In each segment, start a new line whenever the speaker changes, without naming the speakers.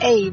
e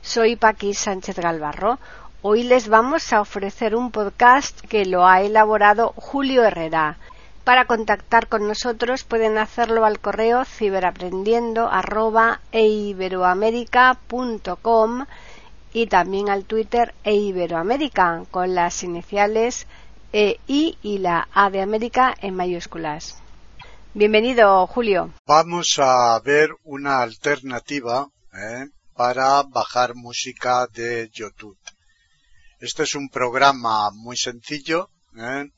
Soy Paqui Sánchez Galvarro. Hoy les vamos a ofrecer un podcast que lo ha elaborado Julio Herrera. Para contactar con nosotros pueden hacerlo al correo ciberaprendiendo@eiberoamerica.com y también al Twitter eiberoamerica con las iniciales e I y la A de América en mayúsculas. Bienvenido, Julio.
Vamos a ver una alternativa ¿eh? para bajar música de YouTube. Este es un programa muy sencillo. ¿eh?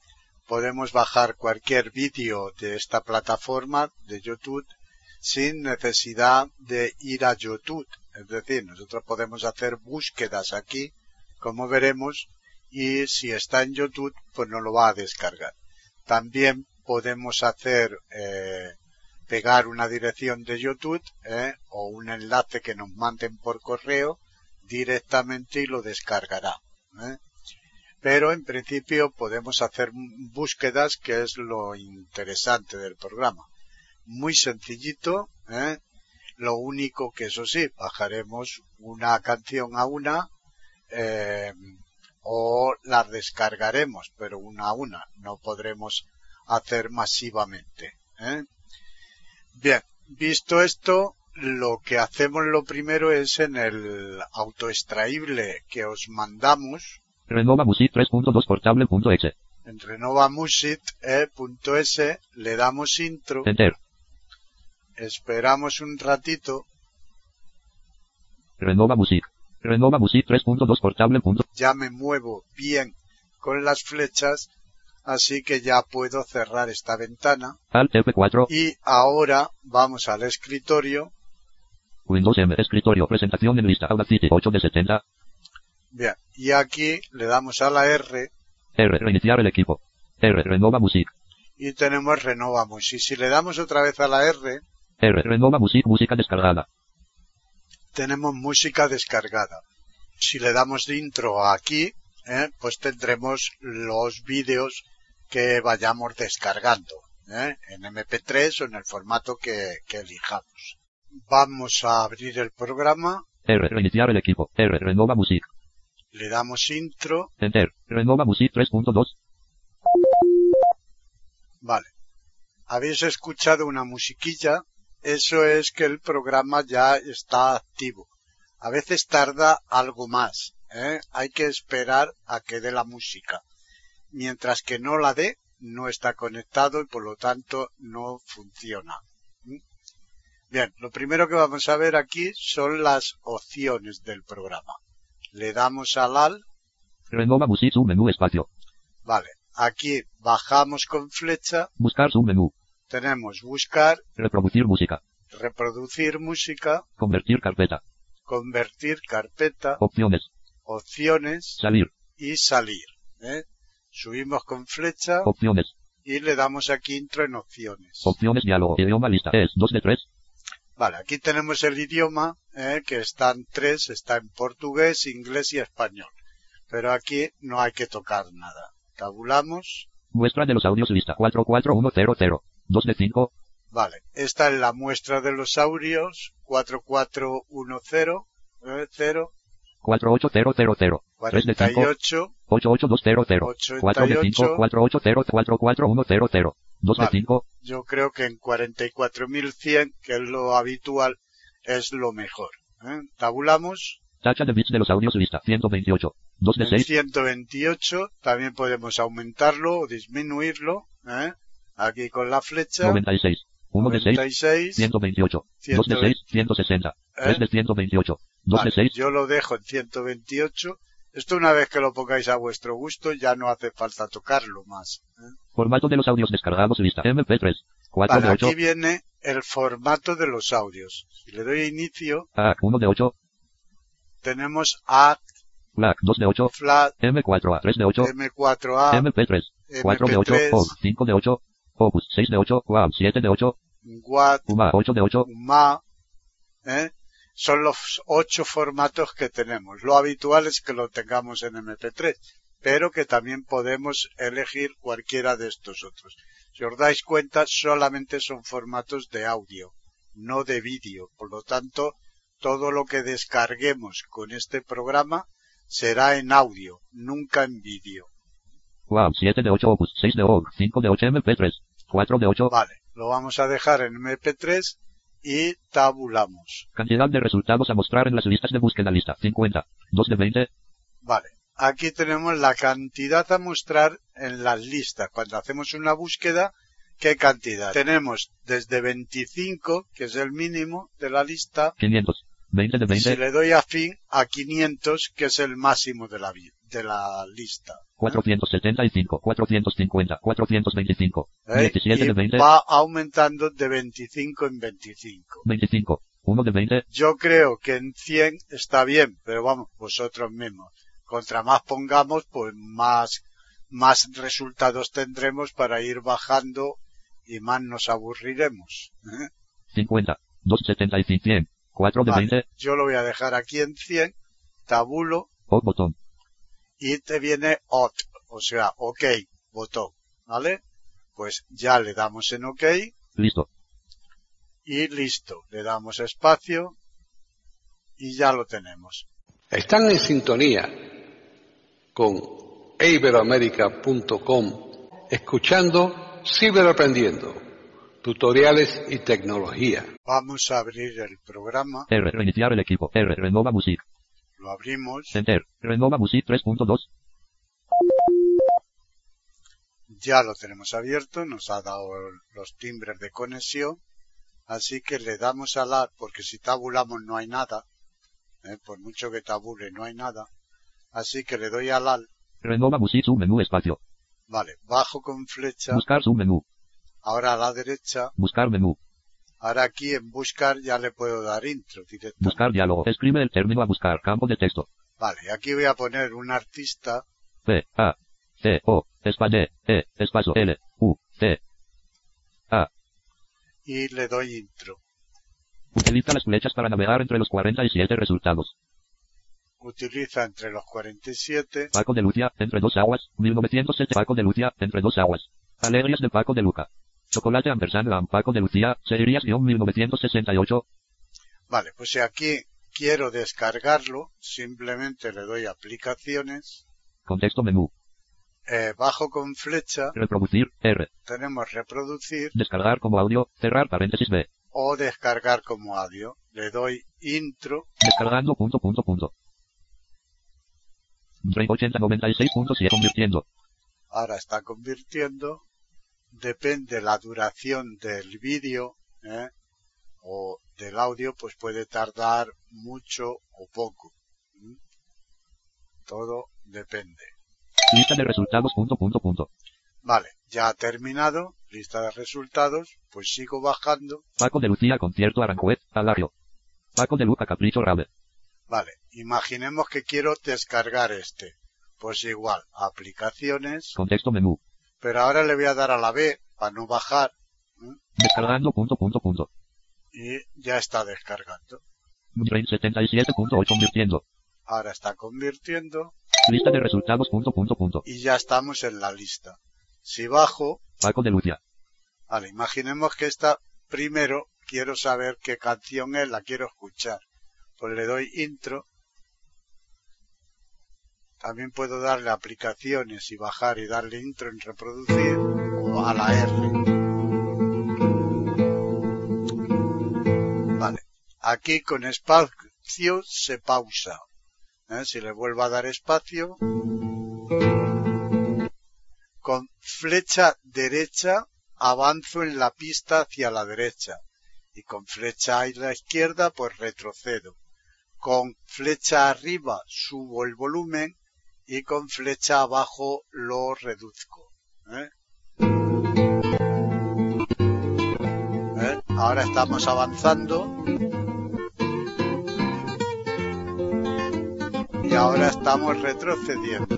Podemos bajar cualquier vídeo de esta plataforma de YouTube sin necesidad de ir a YouTube. Es decir, nosotros podemos hacer búsquedas aquí, como veremos, y si está en YouTube, pues no lo va a descargar. También podemos hacer eh, pegar una dirección de YouTube eh, o un enlace que nos manden por correo directamente y lo descargará. Eh. Pero en principio podemos hacer búsquedas, que es lo interesante del programa. Muy sencillito. ¿eh? Lo único que eso sí, bajaremos una canción a una eh, o las descargaremos, pero una a una, no podremos hacer masivamente. ¿eh? Bien, visto esto, lo que hacemos lo primero es en el autoextraíble que os mandamos.
Renova 3.2 portable.exe.
En renovamusit.es eh, le damos intro.
Enter.
Esperamos un ratito.
Renova Music. Renova Music 3.2 portable.
Ya me muevo bien con las flechas, así que ya puedo cerrar esta ventana.
Alt F4.
Y ahora vamos al escritorio.
Windows M, escritorio, presentación en lista, Audacity 8 de 70.
Bien, y aquí le damos a la R.
R, reiniciar el equipo. R, Renova Music.
Y tenemos Renova Music. Si le damos otra vez a la R.
R, Renova Music, música descargada
tenemos música descargada. Si le damos de intro aquí, ¿eh? pues tendremos los vídeos que vayamos descargando ¿eh? en MP3 o en el formato que, que, elijamos. Vamos a abrir el programa.
R, reiniciar el equipo. R, renova music.
Le damos intro.
Enter, renova music 3.2.
Vale. Habéis escuchado una musiquilla eso es que el programa ya está activo. A veces tarda algo más, ¿eh? hay que esperar a que dé la música. Mientras que no la dé, no está conectado y por lo tanto no funciona. ¿Mm? Bien, lo primero que vamos a ver aquí son las opciones del programa. Le damos al AL.
Renova Music menú espacio.
Vale, aquí bajamos con flecha.
Buscar submenú
tenemos buscar,
reproducir música,
reproducir música,
convertir carpeta,
convertir carpeta,
opciones,
opciones,
salir
y salir. ¿eh? Subimos con flecha,
opciones,
y le damos aquí intro en opciones.
Opciones, diálogo, idioma, lista, es 2 de 3.
Vale, aquí tenemos el idioma, ¿eh? que están tres, está en portugués, inglés y español. Pero aquí no hay que tocar nada. Tabulamos.
Muestra de los audios lista 44100. 2 de 5.
Vale, esta es la muestra de los audios 4410 ¿eh? 0
48000 3 de
5
88200 4 de 5 4804410 2
vale.
de 5
Yo creo que en 44100, que es lo habitual, es lo mejor. ¿eh? Tabulamos.
Tacha de bits de los audios lista 128. 2 de
En
6.
128 también podemos aumentarlo o disminuirlo. ¿eh? aquí con la flecha.
96. 1 de 6.
96.
128. 2 de 6. 160. 3 de 128. 2
¿eh? Vale,
de 6.
Yo lo dejo en 128. Esto una vez que lo pongáis a vuestro gusto ya no hace falta tocarlo más. ¿eh?
Formato de los audios descargados lista MP3. 4
Vale,
de 8.
aquí viene el formato de los audios. Si le doy a inicio,
Ah, 1 de 8.
tenemos ACT,
FLAC 2 de 8,
FLAT,
M4 A 3 de
Eh,
8,
M4A,
MP3,
Eh,
4 de 8,
MP3,
OG 5 de 8, Opus 6 de 8, WAV 7 de 8,
WAT,
UMA 8 de 8,
UMA, ¿eh? son los ocho formatos que tenemos. Lo habitual es que lo tengamos en MP3, pero que también podemos elegir cualquiera de estos otros. Si os dais cuenta, solamente son formatos de audio, no de vídeo. Por lo tanto, todo lo que descarguemos con este programa será en audio, nunca en vídeo.
WAV 7 de 8, Opus 6 de OG 5 de 8, MP3, 4 de 8,
Vale, lo vamos a dejar en MP3 y tabulamos.
cantidad de resultados a mostrar en las listas de búsqueda lista 50, 2 de 20,
Vale, aquí tenemos la cantidad a mostrar en las listas. Cuando hacemos una búsqueda, ¿qué cantidad? Tenemos desde 25, que es el mínimo de la lista,
500, 20 de
y si
20,
le doy a fin a 500, que es el máximo de la, vi- de la lista.
475, 450, 425,
¿eh?
17
Y
de 20,
va aumentando de 25 en 25.
25, 1 de 20,
Yo creo que en 100 está bien, pero vamos, vosotros mismos. Contra más pongamos, pues más, más resultados tendremos para ir bajando y más nos aburriremos. ¿eh?
50, 275, 100, 4 de
Vale,
20,
yo lo voy a dejar aquí en 100, tabulo,
O botón,
y te viene OT, o sea, OK, botón, ¿vale? Pues ya le damos en OK
listo,
y listo. Le damos espacio y ya lo tenemos.
Están en sintonía con iberoamérica.com escuchando Ciberaprendiendo, tutoriales y tecnología.
Vamos a abrir el programa,
R, reiniciar el equipo, R, renova music,
lo abrimos.
enter, renova music 3.2,
ya lo tenemos abierto, nos ha dado los timbres de conexión, así que le damos a la, porque si tabulamos no hay nada, ¿eh? por mucho que tabule no hay nada, así que le doy al al,
renova music submenú espacio,
vale, bajo con flecha,
buscar submenú,
ahora a la derecha,
buscar menú,
ahora aquí en buscar ya le puedo dar intro directamente.
buscar diálogo, escribe el término a buscar, campo de texto,
Vale, aquí voy a poner un artista,
P, A, C, O, espacio, E, espacio, L, U, C,
y le doy intro.
utiliza las flechas para navegar entre los 47 resultados,
Utiliza entre los 47,
Paco de Lucia, entre dos aguas, 1907 Paco de Lucia, entre dos aguas, alegrías de Paco de Luca, chocolate ampersand Lam, Paco de Lucía, series guión 1968,
Vale, pues si aquí quiero descargarlo, simplemente le doy aplicaciones,
contexto menú,
eh, bajo con flecha,
reproducir, R,
tenemos reproducir
descargar como audio, cerrar paréntesis B,
o descargar como audio. Le doy intro,
Descargando punto punto punto. Drake 8096.7 convirtiendo.
ahora está convirtiendo, depende la duración del vídeo ¿eh? o del audio, pues puede tardar mucho o poco. ¿Mm? Todo depende.
Lista de resultados punto punto punto.
Vale, ya ha terminado, lista de resultados, pues sigo bajando.
Paco de Lucía concierto Aranjuez, Alagio. Paco de Luca Capricho Rabe.
Vale, imaginemos que quiero descargar este. Pues igual, aplicaciones,
Contexto menú.
pero ahora le voy a dar a la B para no bajar
Descargando punto punto punto.
y ya está descargando.
Drake 77.8 convirtiendo.
Ahora está convirtiendo
Lista de resultados punto punto punto.
y ya estamos en la lista. Si bajo,
Paco de Lucía.
vale, imaginemos que esta primero quiero saber qué canción es, la quiero escuchar. Pues le doy intro. También puedo darle aplicaciones y bajar y darle intro en reproducir o a la R. Vale. Aquí con espacio se pausa. ¿eh? Si le vuelvo a dar espacio. Con flecha derecha avanzo en la pista hacia la derecha. Y con flecha a la izquierda pues retrocedo. Con flecha arriba subo el volumen y con flecha abajo lo reduzco. ¿eh? ¿Eh? Ahora estamos avanzando. ahora estamos retrocediendo.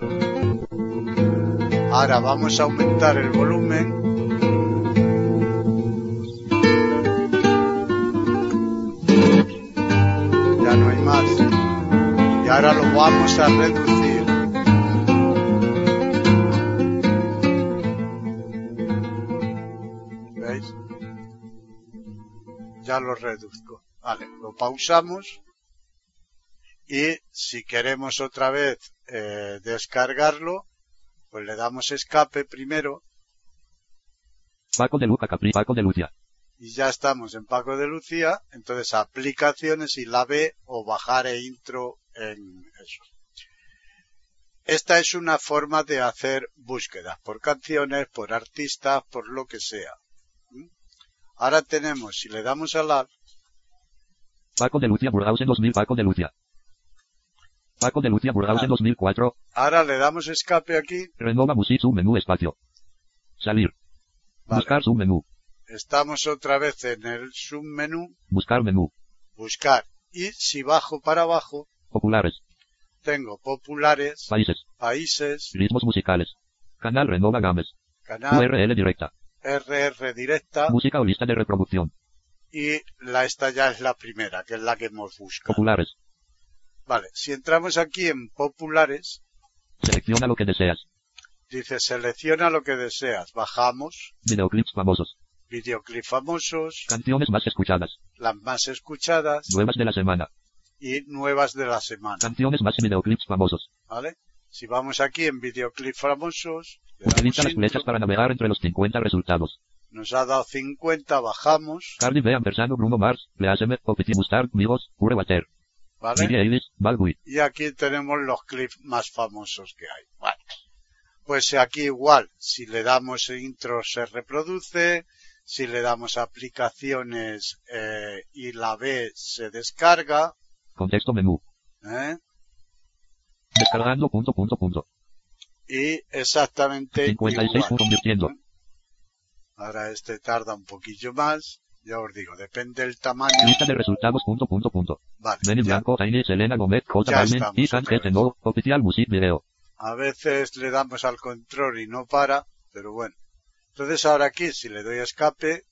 Ahora vamos a aumentar el volumen. Ya no hay más. Y ahora lo vamos a reducir. ¿Veis? Ya lo reduzco. Vale, lo pausamos. Y si queremos otra vez eh, descargarlo, pues le damos escape primero
Paco de Luca Capri, Paco de Lucia.
y ya estamos en Paco de Lucía. Entonces aplicaciones y la B o bajar e intro en eso. Esta es una forma de hacer búsquedas por canciones, por artistas, por lo que sea. ¿Mm? Ahora tenemos, si le damos al Alt,
Paco de Lucia Burhausen 2000, Paco de Lucia. Paco de Lucia Burhausen 2004,
ahora le damos escape aquí.
Renova Music submenú espacio. Salir.
Vale.
Buscar submenú.
Estamos otra vez en el submenú,
Buscar menú.
buscar. Y si bajo para abajo,
Populares.
tengo populares,
Países.
países,
Ritmos musicales. Canal Renova Games.
canal,
URL directa.
RR directa.
Música o lista de reproducción.
y la esta ya es la primera, que es la que hemos buscado.
Populares.
Vale, si entramos aquí en populares,
Selecciona lo que deseas.
dice selecciona lo que deseas. Bajamos,
Videoclips famosos.
videoclip famosos,
Canciones más escuchadas.
las más escuchadas
Nuevas de la semana.
y nuevas de la semana.
Canciones más videoclips famosos.
¿Vale? Si vamos aquí en videoclip famosos, le damos
Utiliza las
intro,
flechas para navegar entre los 50 resultados.
nos ha dado 50, bajamos,
Cardi B, Ampersano, Bruno Mars, Leaseme, Opiti Mustard, Migos, Ure Water, Billie
¿vale?
Eilish, Balgui.
Y aquí tenemos los clips más famosos que hay. Vale. Pues aquí igual, si le damos intro se reproduce, si le damos aplicaciones eh, y la B se descarga,
Contexto menú.
¿eh?
Descargando punto punto punto.
y exactamente
56
igual.
convirtiendo.
Ahora este tarda un poquillo más, ya os digo, depende del tamaño.
Lista de resultados punto punto punto.
Vale,
Benny
ya.
Blanco, Tiny, Selena Gomez, J
Ya
Balvin,
estamos
y
otra
Sánchez
vez.
No, Oficial Music Video.
A veces le damos al control y no para, pero bueno. Entonces ahora aquí, si le doy a escape,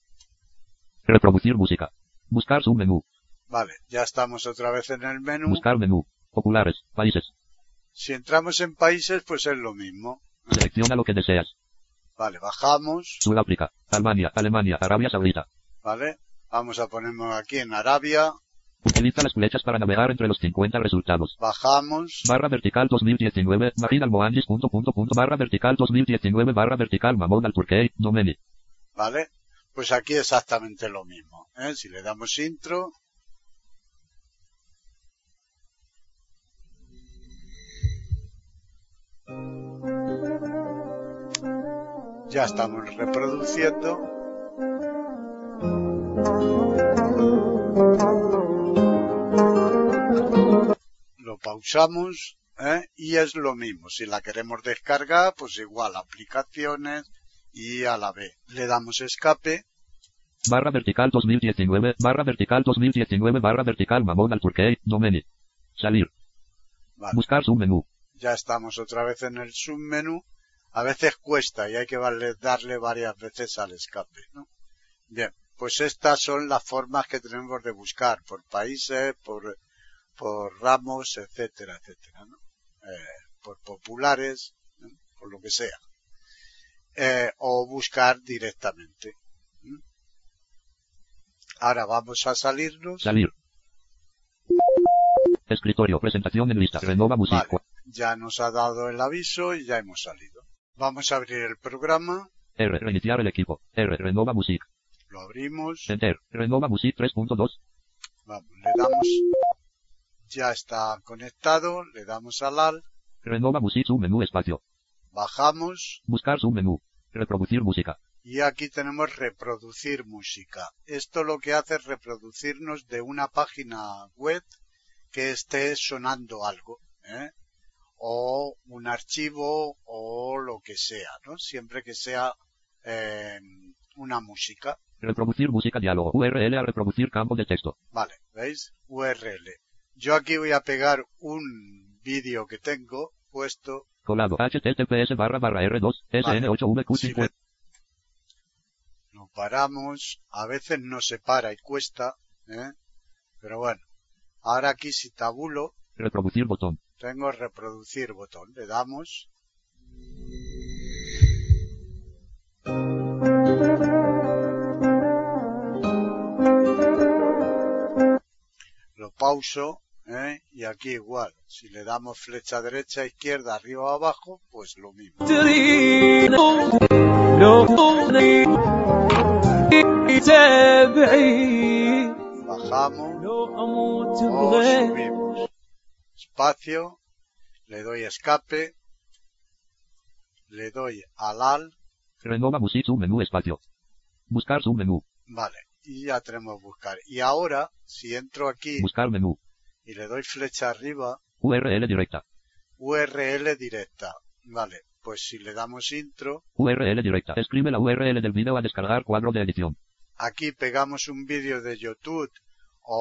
Reproducir música. Buscar submenú.
vale, ya estamos otra vez en el menú.
Buscar menú. Populares, países.
Si entramos en países, pues es lo mismo.
Selecciona lo que deseas.
Vale, bajamos,
Sudáfrica, Albania, Alemania, Arabia Saudita.
¿vale? Vamos a ponernos aquí en Arabia,
Utiliza las flechas para navegar entre los 50 resultados.
bajamos,
Barra vertical 2019, Majid Almohandis punto punto punto barra vertical 2019 barra vertical Mamón al Turkey, Domeni.
¿vale? Pues aquí exactamente lo mismo. ¿eh? Si le damos intro, ya estamos reproduciendo. Lo pausamos ¿eh? y es lo mismo. Si la queremos descargar, pues igual aplicaciones y a la B. Le damos escape,
Barra vertical 2019, barra vertical 2019 barra vertical Mamón al Turkey, Domeni. Salir.
Vale.
Buscar submenú.
ya estamos otra vez en el submenú. A veces cuesta y hay que darle, darle varias veces al escape, ¿no? Bien, pues estas son las formas que tenemos de buscar por países, por, por ramos, etcétera, etcétera, ¿no? Eh, por populares, ¿no? por lo que sea. Eh, o buscar directamente. ¿no? Ahora vamos a salirnos.
Salir. Escritorio, presentación en lista, renova música.
Vale, ya nos ha dado el aviso y ya hemos salido. Vamos a abrir el programa,
R, reiniciar el equipo. R, renova music.
lo abrimos,
Enter, renova music 3.2.
vamos, le damos, ya está conectado, le damos al al,
Renova music submenú espacio.
bajamos
Buscar submenú. Reproducir música.
y aquí tenemos reproducir música. Esto lo que hace es reproducirnos de una página web que esté sonando algo, ¿eh? o un archivo o lo que sea, ¿no? Siempre que sea eh, una música.
Reproducir música diálogo. URL a reproducir campo de texto.
Vale, ¿veis? URL. Yo aquí voy a pegar un vídeo que tengo puesto.
Colado. HTTPS barra barra R2
Vale. Si
SN8VQ50.
le- lo paramos, a veces no se para y cuesta, ¿eh? pero bueno, ahora aquí si tabulo,
Reproducir botón.
tengo reproducir botón, le damos, lo pauso, ¿eh? y aquí igual, si le damos flecha derecha, izquierda, arriba o abajo, pues lo mismo.
لوني تابعي
Bajamos.
لو اموت
O
بغير
subimos. Espacio. Le doy escape. Le doy al al.
Renova Music submenú espacio. Buscar submenú.
Vale. Y ya tenemos buscar. Y ahora, si entro aquí
Buscar menú.
y le doy flecha arriba,
URL directa.
URL directa. Vale. Pues si le damos intro,
URL directa. Escribe la URL del video a descargar cuadro de edición.
aquí pegamos un vídeo de YouTube o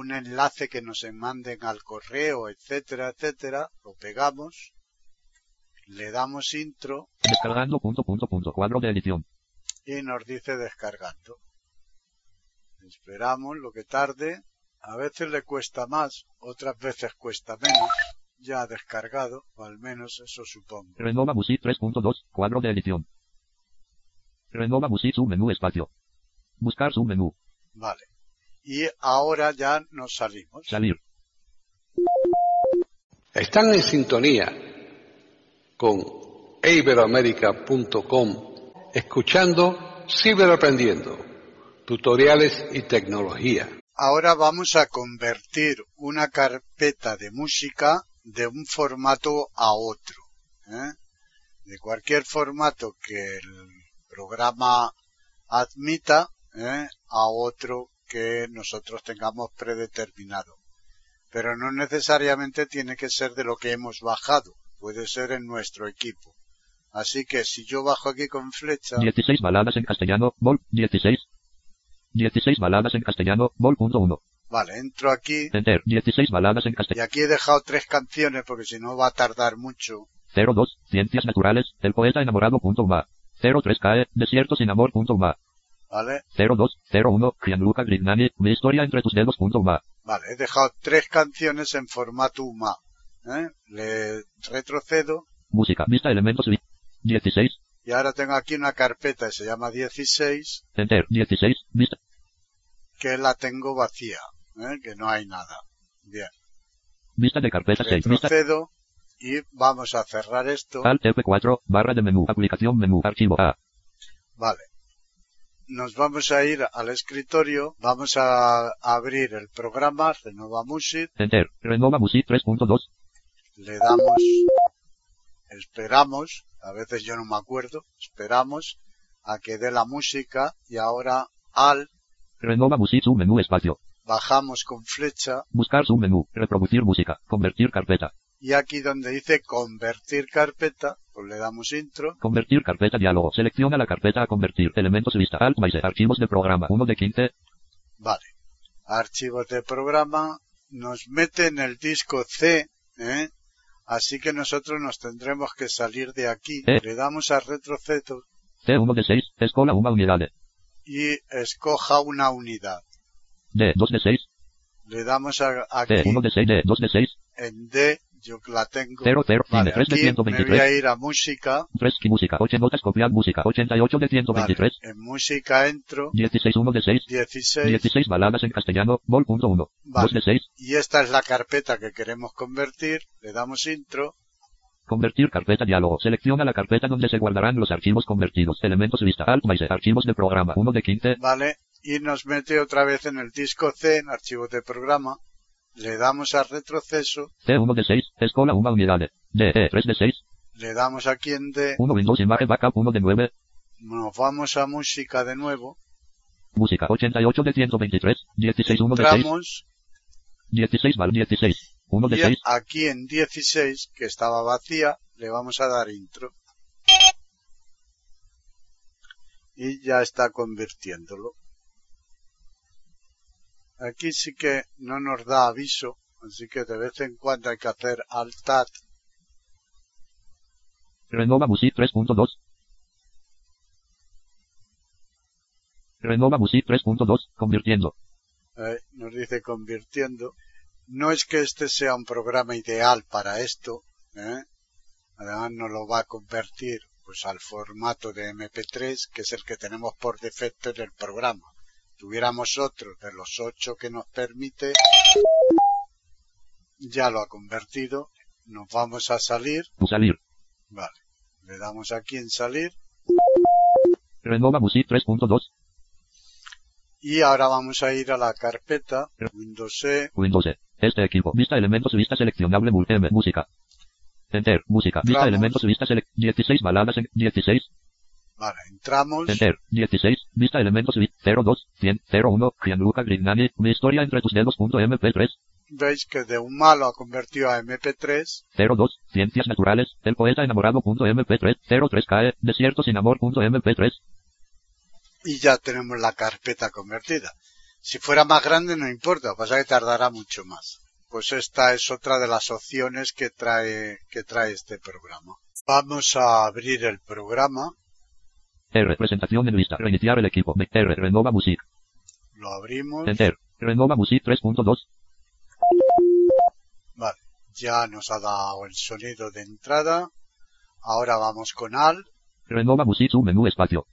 un enlace que nos manden al correo, etcétera, etcétera. Lo pegamos. Le damos intro.
Descargando punto punto punto cuadro de edición.
y nos dice descargando. Esperamos lo que tarde. A veces le cuesta más, otras veces cuesta menos. Ya ha descargado, o al menos eso supongo.
Renova Music 3.2 cuadro de edición. Renova Music submenú espacio. Buscar submenú.
Vale. Y ahora ya nos salimos.
Salir.
Están en sintonía con iberoamerica.com escuchando Ciberaprendiendo, tutoriales y tecnología.
Ahora vamos a convertir una carpeta de música de un formato a otro. ¿eh? De cualquier formato que el programa admita ¿eh? a otro que nosotros tengamos predeterminado. Pero no necesariamente tiene que ser de lo que hemos bajado. Puede ser en nuestro equipo. Así que si yo bajo aquí con flecha,
16 baladas en castellano, vol. 16. 16 baladas en castellano, vol.1.
vale, entro aquí
Enter. 16 baladas en
y
castellano.
aquí he dejado tres canciones porque si no va a tardar mucho.
02. Ciencias naturales, el poeta enamorado.ma. 03 CAE, desierto sin amor.ma.
¿Vale?
02. 01. Gianluca Grignani, mi historia entre tus dedos.ma.
Vale, he dejado tres canciones en formato UMA. ¿eh? Le retrocedo
Música, vista elementos. vi- 16.
y ahora tengo aquí una carpeta que se llama 16
Enter. 16. Vista.
que la tengo vacía, ¿eh? que no hay nada. Bien,
Vista de carpeta 6. Vista.
retrocedo y vamos a cerrar esto.
Alt F4, barra de menú, aplicación menú, archivo A.
Vale. Nos vamos a ir al escritorio, vamos a abrir el programa Renova Music,
Enter. Renova Music 3.2.
le damos, esperamos, a veces yo no me acuerdo, esperamos a que dé la música y ahora al
Renova Music submenú espacio.
bajamos con flecha
Buscar submenú. Reproducir música. Convertir carpeta.
y aquí donde dice convertir carpeta, pues le damos intro,
Convertir carpeta diálogo. Selecciona la carpeta a convertir. Elementos vista. Alt más E. Archivos de programa. 1 de 15.
vale, archivos de programa, nos mete en el disco C, ¿eh? así que nosotros nos tendremos que salir de aquí,
Eh.
le damos a retroceso
C1 de 6. Escola 1 unidad.
y escoja una unidad,
D2 de 6.
le damos a, aquí
C1 de 6. D2 de 6.
en D, yo la tengo,
0, 0,
vale,
3 de
aquí me voy a
123.
ir a música,
3 y música. 8 notas copiar música. 88 de
vale,
123.
en música entro,
16, 1 de 6.
16,
16 baladas en castellano. Vol.1. 2
Vale.
de 6.
y esta es la carpeta que queremos convertir, le damos intro,
Convertir carpeta diálogo. Selecciona la carpeta donde se guardarán los archivos convertidos. Elementos vista. Alt más E. Archivos de programa. 1 de 15.
¿vale? Y nos mete otra vez en el disco C, en archivos de programa, le damos a retroceso,
C1 de 6. Escola 1 unidad. DE 3 E, de 6.
le damos aquí en D,
1 Windows imagen backup 1 de 9.
nos vamos a música de nuevo,
Música 88 de 123. 16 1 de 6.
entramos,
16 val 16. 1 de
y
6.
aquí en 16, que estaba vacía, le vamos a dar intro. Y ya está convirtiéndolo. Aquí sí que no nos da aviso, Así que de vez en cuando hay que hacer alt-tab
Renova Music 3.2. Renova Music 3.2, convirtiendo.
eh, nos dice convirtiendo. No es que este sea un programa ideal para esto, ¿eh? además nos lo va a convertir pues al formato de MP3 que es el que tenemos por defecto en el programa. Tuviéramos otro de los ocho que nos permite, ya lo ha convertido. Nos vamos a salir,
Tu salir.
vale. Le damos aquí en salir
Renova Music 3.2.
y ahora vamos a ir a la carpeta Windows E,
Windows. E. Este equipo. Vista elementos. Vista seleccionable. mul- M. Música. Enter. Música. Vista
Vamos.
elementos. Vista selec 16 baladas. En 16.
vale, entramos,
Enter. 16. Vista elementos. vi- 02. 100. 01. Gianluca Grignani. Mi historia entre tus dedos. punto MP3.
veis que de un malo ha convertido a MP3
02. Ciencias naturales. El poeta enamorado. punto MP3. 03. CAE. Desierto sin amor. punto MP3.
y ya tenemos la carpeta convertida. Si fuera más grande no importa, pasa que tardará mucho más. Pues esta es otra de las opciones que trae, que trae este programa. Vamos a abrir el programa,
R. Presentación en vista. Reiniciar el equipo. Me- R. Renova Music.
lo abrimos,
Enter. Renova Music 3.2.
vale, ya nos ha dado el sonido de entrada. Ahora vamos con AL,
Renova Music submenú espacio.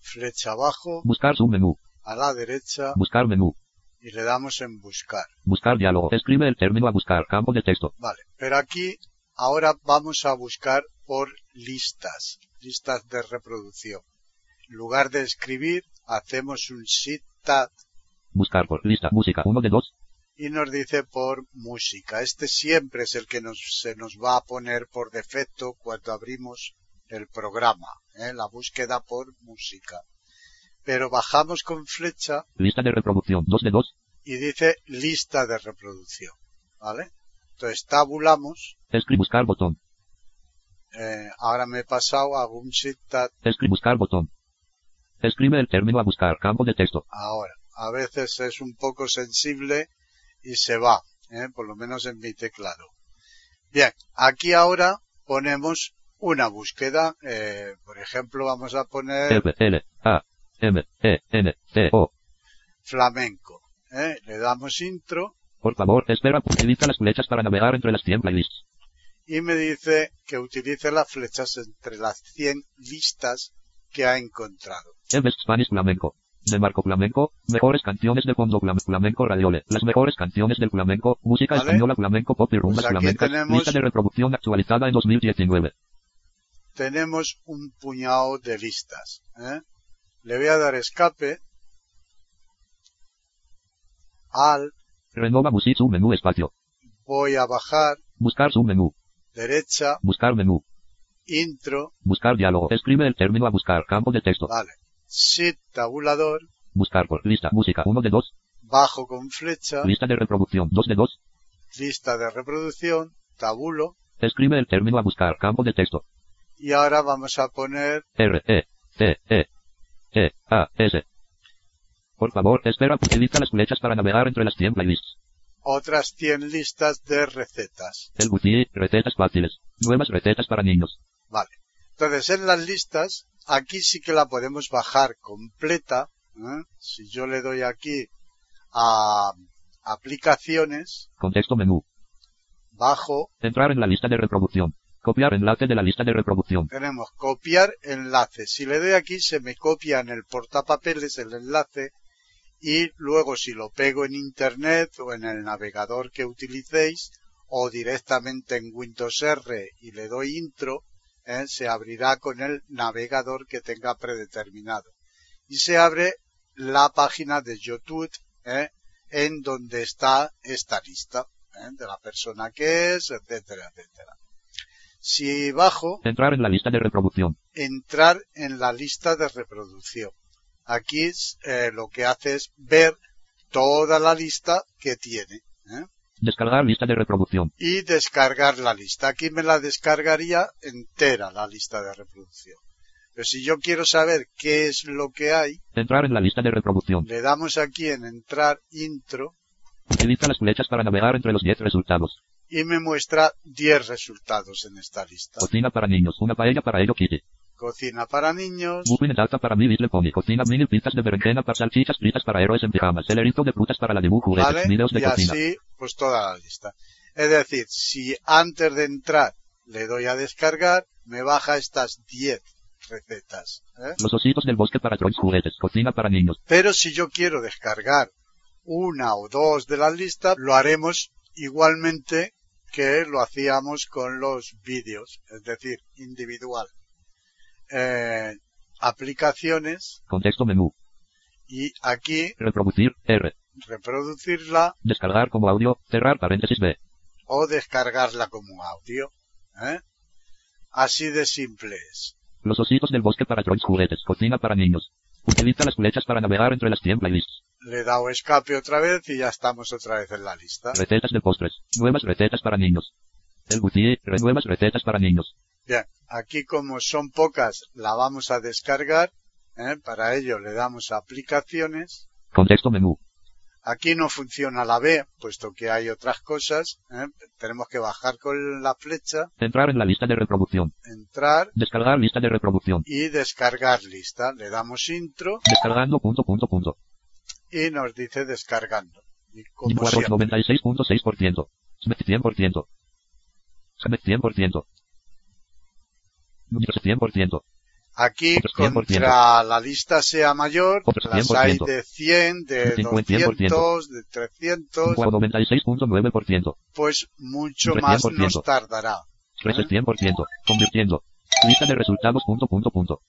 flecha abajo,
Buscar submenú.
a la derecha
Buscar menú.
y le damos en buscar.
Buscar diálogo. Escribe el término a buscar. Campo de texto.
Vale, pero aquí ahora vamos a buscar por listas, listas de reproducción. En lugar de escribir, hacemos un sit tab
Buscar por lista. Música. 1 de 2.
y nos dice por música. Este siempre es el que nos, se nos va a poner por defecto cuando abrimos el programa, ¿eh? la búsqueda por música. Pero bajamos con flecha
Lista de reproducción. 2 de 2.
y dice lista de reproducción. ¿Vale? Entonces tabulamos.
Escribe buscar botón.
eh, ahora me he pasado a un sit tab
Escribe buscar botón. Escribe el término a buscar. Campo de texto.
Ahora, a veces es un poco sensible y se va, ¿eh? por lo menos en mi teclado. Bien, aquí ahora ponemos una búsqueda. eh, por ejemplo, vamos a poner
F. L. A. M. E. N. T. O.
flamenco. ¿eh? Le damos intro
Por favor, espera. Utiliza las flechas para navegar entre las 100 playlists.
y me dice que utilice las flechas entre las 100 listas que ha encontrado.
El Best Spanish Flamenco. De Marco Flamenco, mejores canciones de fondo flam- flamenco radiole. Las mejores canciones del flamenco, música
Vale.
española flamenco pop y rumbas
Pues aquí
flamencas.
tenemos-
Lista de reproducción actualizada en 2019.
Tenemos un puñado de listas. ¿eh? Le voy a dar escape al
Renova Music su menú espacio.
voy a bajar,
Buscar su menú.
derecha,
Buscar menú.
intro,
Buscar diálogo. Escribe el término a buscar. Campo de texto.
vale, shift tabulador,
Buscar por lista. Música 1 de 2.
bajo con flecha,
Lista de reproducción 2 de 2.
lista de reproducción, tabulo,
Escribe el término a buscar. Campo de texto.
y ahora vamos a poner,
R, E, T, E, E, A, S. Por favor, espera. Utiliza las flechas para navegar entre las 100 playlists.
otras 100 listas de recetas,
El Guti, recetas fáciles. Nuevas recetas para niños.
vale. Entonces en las listas, aquí sí que la podemos bajar completa, ¿eh? si yo le doy aquí a aplicaciones,
Contexto menú.
bajo,
Entrar en la lista de reproducción. Copiar enlace de la lista de reproducción.
tenemos copiar enlace. Si le doy aquí se me copia en el portapapeles el enlace y luego si lo pego en internet o en el navegador que utilicéis o directamente en Windows R y le doy intro, eh, se abrirá con el navegador que tenga predeterminado. Y se abre la página de YouTube eh, en donde está esta lista eh, de la persona que es, etcétera, etcétera. Si bajo,
Entrar en la lista de reproducción.
entrar en la lista de reproducción. Aquí eh, lo que hace es ver toda la lista que tiene ¿eh?
Descargar lista de reproducción.
y descargar la lista. Aquí me la descargaría entera la lista de reproducción. Pero si yo quiero saber qué es lo que hay,
Entrar en la lista de reproducción.
le damos aquí en entrar intro
Utiliza las flechas para navegar entre los 10 resultados.
y me muestra 10 resultados en esta lista.
Cocina para niños. Una paella para ello Kitty.
Cocina para niños,
Muffin en alta para mí Little Pony. Cocina mini pizzas de berenjena para salchichas fritas para héroes en pijamas. Celerito de frutas para la dibujo.
¿vale?
Videos de
Y
cocina.
así, pues toda la lista. Es decir, si antes de entrar le doy a descargar, me baja estas 10 recetas. ¿eh?
Los ositos del bosque para trolls juguetes. Cocina para niños.
Pero si yo quiero descargar una o dos de las listas, lo haremos igualmente que lo hacíamos con los vídeos, es decir, individual. Eh, aplicaciones
Contexto menú.
y aquí
Reproducir. R.
reproducirla
Descargar como audio. Cerrar paréntesis B.
o descargarla como audio. ¿eh? Así de simple es.
Los ositos del bosque para trolls juguetes. Cocina para niños. Utiliza las flechas para navegar entre las 100 playlists.
Le he dado escape otra vez y ya estamos otra vez en la lista.
Recetas de postres. Nuevas recetas para niños. El Guti. re- Nuevas recetas para niños.
Bien, aquí como son pocas, la vamos a descargar. ¿eh? Para ello le damos a aplicaciones.
Contexto menú.
Aquí no funciona la B, puesto que hay otras cosas. ¿eh? Tenemos que bajar con la flecha,
Entrar en la lista de reproducción.
entrar
Descargar lista de reproducción.
y descargar lista. Le damos intro
Descargando punto punto punto.
y nos dice descargando. Y como
Nicaragua
siempre,
96.6%. Smet 100%. Smet 100%. Números 100%.
Aquí,
Otros 100%.
contra la lista sea mayor,
Otros
las hay
100%.
de 100, de
100%.
200, de 300,
Cuba 96.9%.
pues mucho
Otros
más
100%.
nos tardará.
Tres es 100%. Convirtiendo. Lista de resultados. Punto, punto, punto.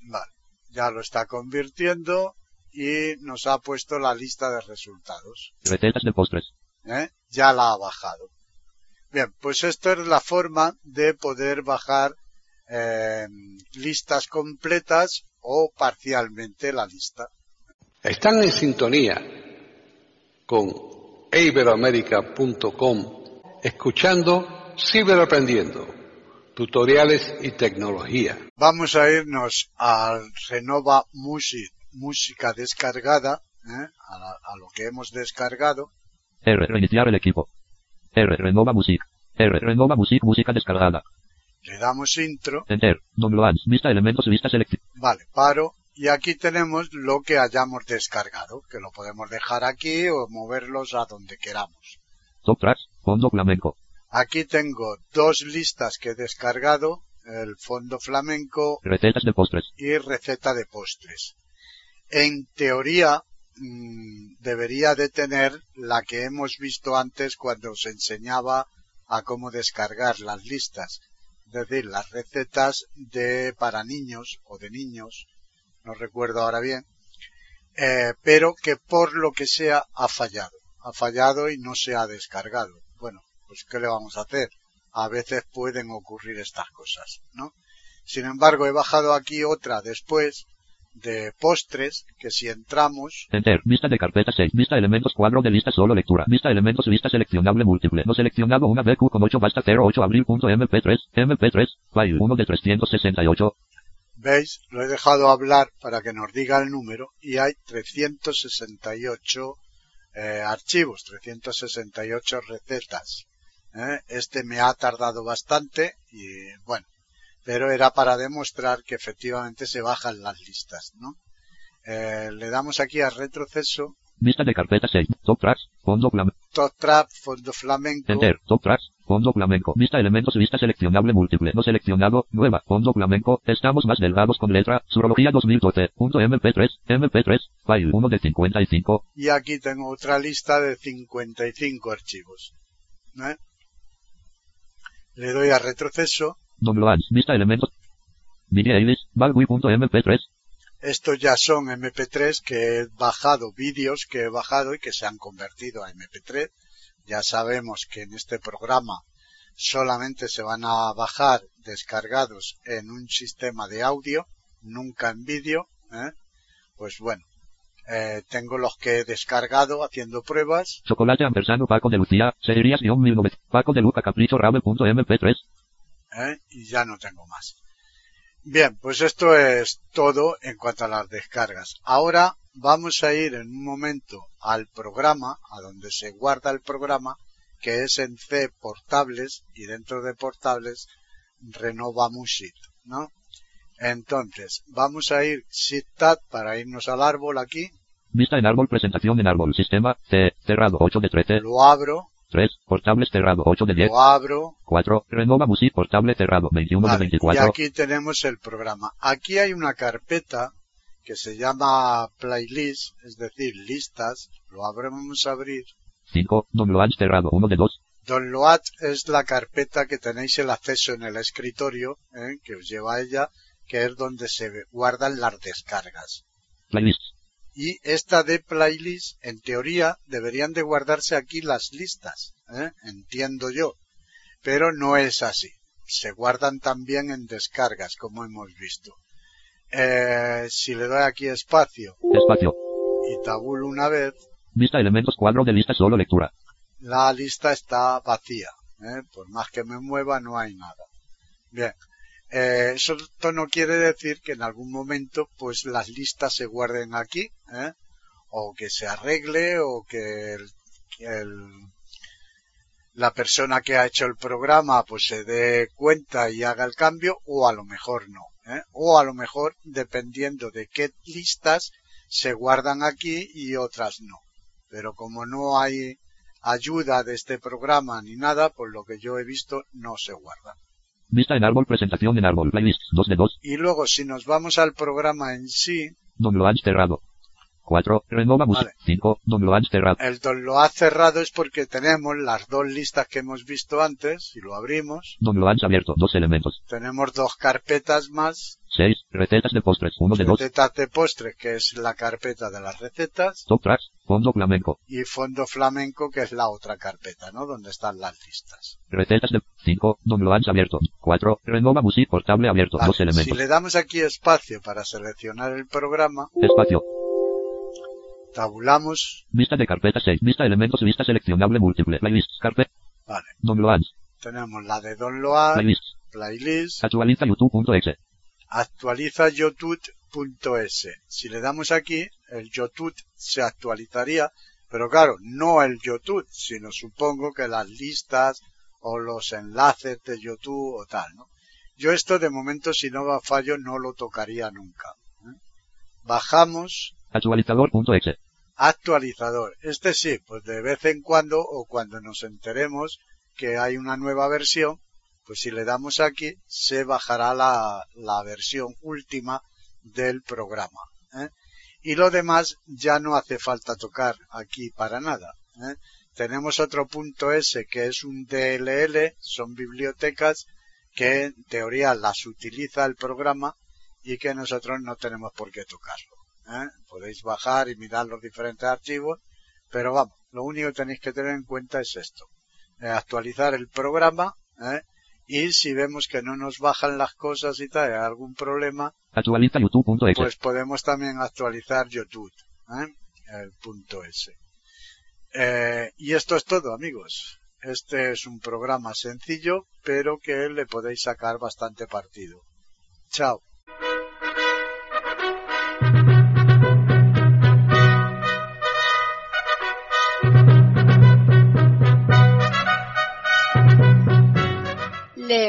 Vale, ya lo está convirtiendo y nos ha puesto la lista de resultados.
Recetas de postres.
¿eh? Ya la ha bajado. Bien, pues esta es la forma de poder bajar eh, listas completas o parcialmente la lista.
Están en sintonía con iberoamerica.com escuchando Ciberaprendiendo, tutoriales y tecnología.
Vamos a irnos al Renova Music, música descargada, ¿eh? a, la- a lo que hemos descargado.
R. Reiniciar el equipo. R. Renova Music. R. Renova Music. Música descargada.
Le damos intro,
Enter. Downloads. Lista elementos. Lista selectiva.
vale, paro. Y aquí tenemos lo que hayamos descargado, que lo podemos dejar aquí o moverlos a donde queramos.
Top tracks. Fondo flamenco.
Aquí tengo dos listas que he descargado, el fondo flamenco
Recetas de postres.
y receta de postres. En teoría, mm, debería de tener la que hemos visto antes cuando os enseñaba a cómo descargar las listas, es decir, las recetas de para niños o de niños, no recuerdo ahora bien, eh, pero que por lo que sea ha fallado, ha fallado y no se ha descargado. Bueno, pues ¿qué le vamos a hacer? A veces pueden ocurrir estas cosas, ¿no? Sin embargo, he bajado aquí otra después de postres, que si entramos,
Enter. Vista de carpeta 6. Vista elementos cuadro de lista solo lectura. Vista elementos lista seleccionable múltiple. No seleccionado una BQ con 8 basta 08 abril.mp3. mp3. File 1 de 368.
veis, lo he dejado hablar para que nos diga el número y hay 368 eh, archivos, 368 recetas. ¿eh? Este me ha tardado bastante y bueno, pero era para demostrar que efectivamente se bajan las listas, ¿no? Eh, le damos aquí a retroceso,
Vista de carpeta 6. Top tracks. Fondo flamenco.
top trap, fondo flamenco,
Enter. Top tracks. Fondo flamenco. Vista elementos lista seleccionable múltiple. No seleccionado. Nueva. Fondo flamenco. Estamos más delgados con letra. Surología 2012. Punto mp3. mp3. File 1 de 55.
y aquí tengo otra lista de 55 archivos. ¿eh? Le doy a retroceso.
Downloads. Vista elementos. Billie Eilish. Balgui.mp3.
Estos ya son MP3 que he bajado, vídeos que he bajado y que se han convertido a MP3. Ya sabemos que en este programa solamente se van a bajar descargados en un sistema de audio, nunca en vídeo. ¿eh? Pues bueno, eh, tengo los que he descargado haciendo pruebas.
Chocolate Ampersano Paco de Lucía, Serías guión 1900, Paco de Luca Capricho Rabe.mp3,
¿eh? y ya no tengo más. Bien, pues esto es todo en cuanto a las descargas. Ahora vamos a ir en un momento al programa, a donde se guarda el programa, que es en C portables y dentro de portables renova mushit, ¿no? Entonces, vamos a ir shit-tat para irnos al árbol aquí,
Vista en árbol, presentación en árbol, sistema, C, cerrado 8 de 13,
lo abro,
3, portable cerrado 8 de 10,
lo abro,
4, renova music, portable cerrado 21 de
Vale, y
24,
aquí tenemos el programa. Aquí hay una carpeta que se llama playlist, es decir, listas, lo abremos a abrir.
5, downloads cerrado 1 de 2,
Download es la carpeta que tenéis el acceso en el escritorio, ¿eh? que os lleva a ella, que es donde se guardan las descargas.
playlists,
Y esta de playlist, en teoría, deberían de guardarse aquí las listas, ¿eh? entiendo yo. Pero no es así. Se guardan también en descargas, como hemos visto. Eh, si le doy aquí espacio
espacio,
y tabulo una vez,
vista elementos cuadro de lista solo lectura,
la lista está vacía. ¿eh? Por más que me mueva, no hay nada. Bien. Eh, eso esto no quiere decir que en algún momento pues las listas se guarden aquí, ¿eh? o que se arregle, o que el- que el- la persona que ha hecho el programa pues se dé cuenta y haga el cambio, o a lo mejor no. ¿eh? O a lo mejor dependiendo de qué listas se guardan aquí y otras no. Pero como no hay ayuda de este programa ni nada, por lo que yo he visto no se guarda.
vista en árbol, presentación en árbol, playlists 2 de 2,
Y luego, si nos vamos al programa en sí,
downloads cerrado, 4, renova music,
Vale.
5, downloads cerrado,
el don lo ha cerrado es porque tenemos las dos listas que hemos visto antes, y lo abrimos,
downloads abierto 2 elementos,
tenemos dos carpetas más,
6, recetas de postres 1 de 2,
recetas de postres, que es la carpeta de las recetas,
top tracks, fondo flamenco,
y fondo flamenco, que es la otra carpeta, ¿no? Donde están las listas.
recetas de 5, downloads abierto, 4, renova music, portable abierto 2
Vale, si
elementos,
le damos aquí espacio para seleccionar el programa,
espacio,
tabulamos,
Vista de carpeta 6. Vista elementos. Vista seleccionable múltiple. Playlists. Carpeta.
vale,
Downloads.
tenemos la de Don Loar,
Playlists.
playlist,
Actualiza youtube.exe.
actualiza yotut.es. Si le damos aquí, el yotut se actualizaría, pero claro, no el yotut, sino supongo que las listas o los enlaces de yotut o tal, ¿no? Yo esto de momento, si no va fallo, no lo tocaría nunca. ¿eh? Bajamos
Actualizador.exe.
actualizador. Este sí, pues de vez en cuando o cuando nos enteremos que hay una nueva versión, pues si le damos aquí se bajará la, la versión última del programa. ¿eh? Y lo demás ya no hace falta tocar aquí para nada. ¿eh? Tenemos otro punto S que es un DLL, son bibliotecas que en teoría las utiliza el programa y que nosotros no tenemos por qué tocarlo. ¿eh? Podéis bajar y mirar los diferentes archivos, pero vamos, lo único que tenéis que tener en cuenta es esto. eh, actualizar el programa ¿eh? y si vemos que no nos bajan las cosas y tal, hay algún problema,
Actualiza youtube.exe.
pues podemos también actualizar YouTube, ¿eh? el punto S. Eh, y esto es todo, amigos. Este es un programa sencillo, pero que le podéis sacar bastante partido. Chao.
Le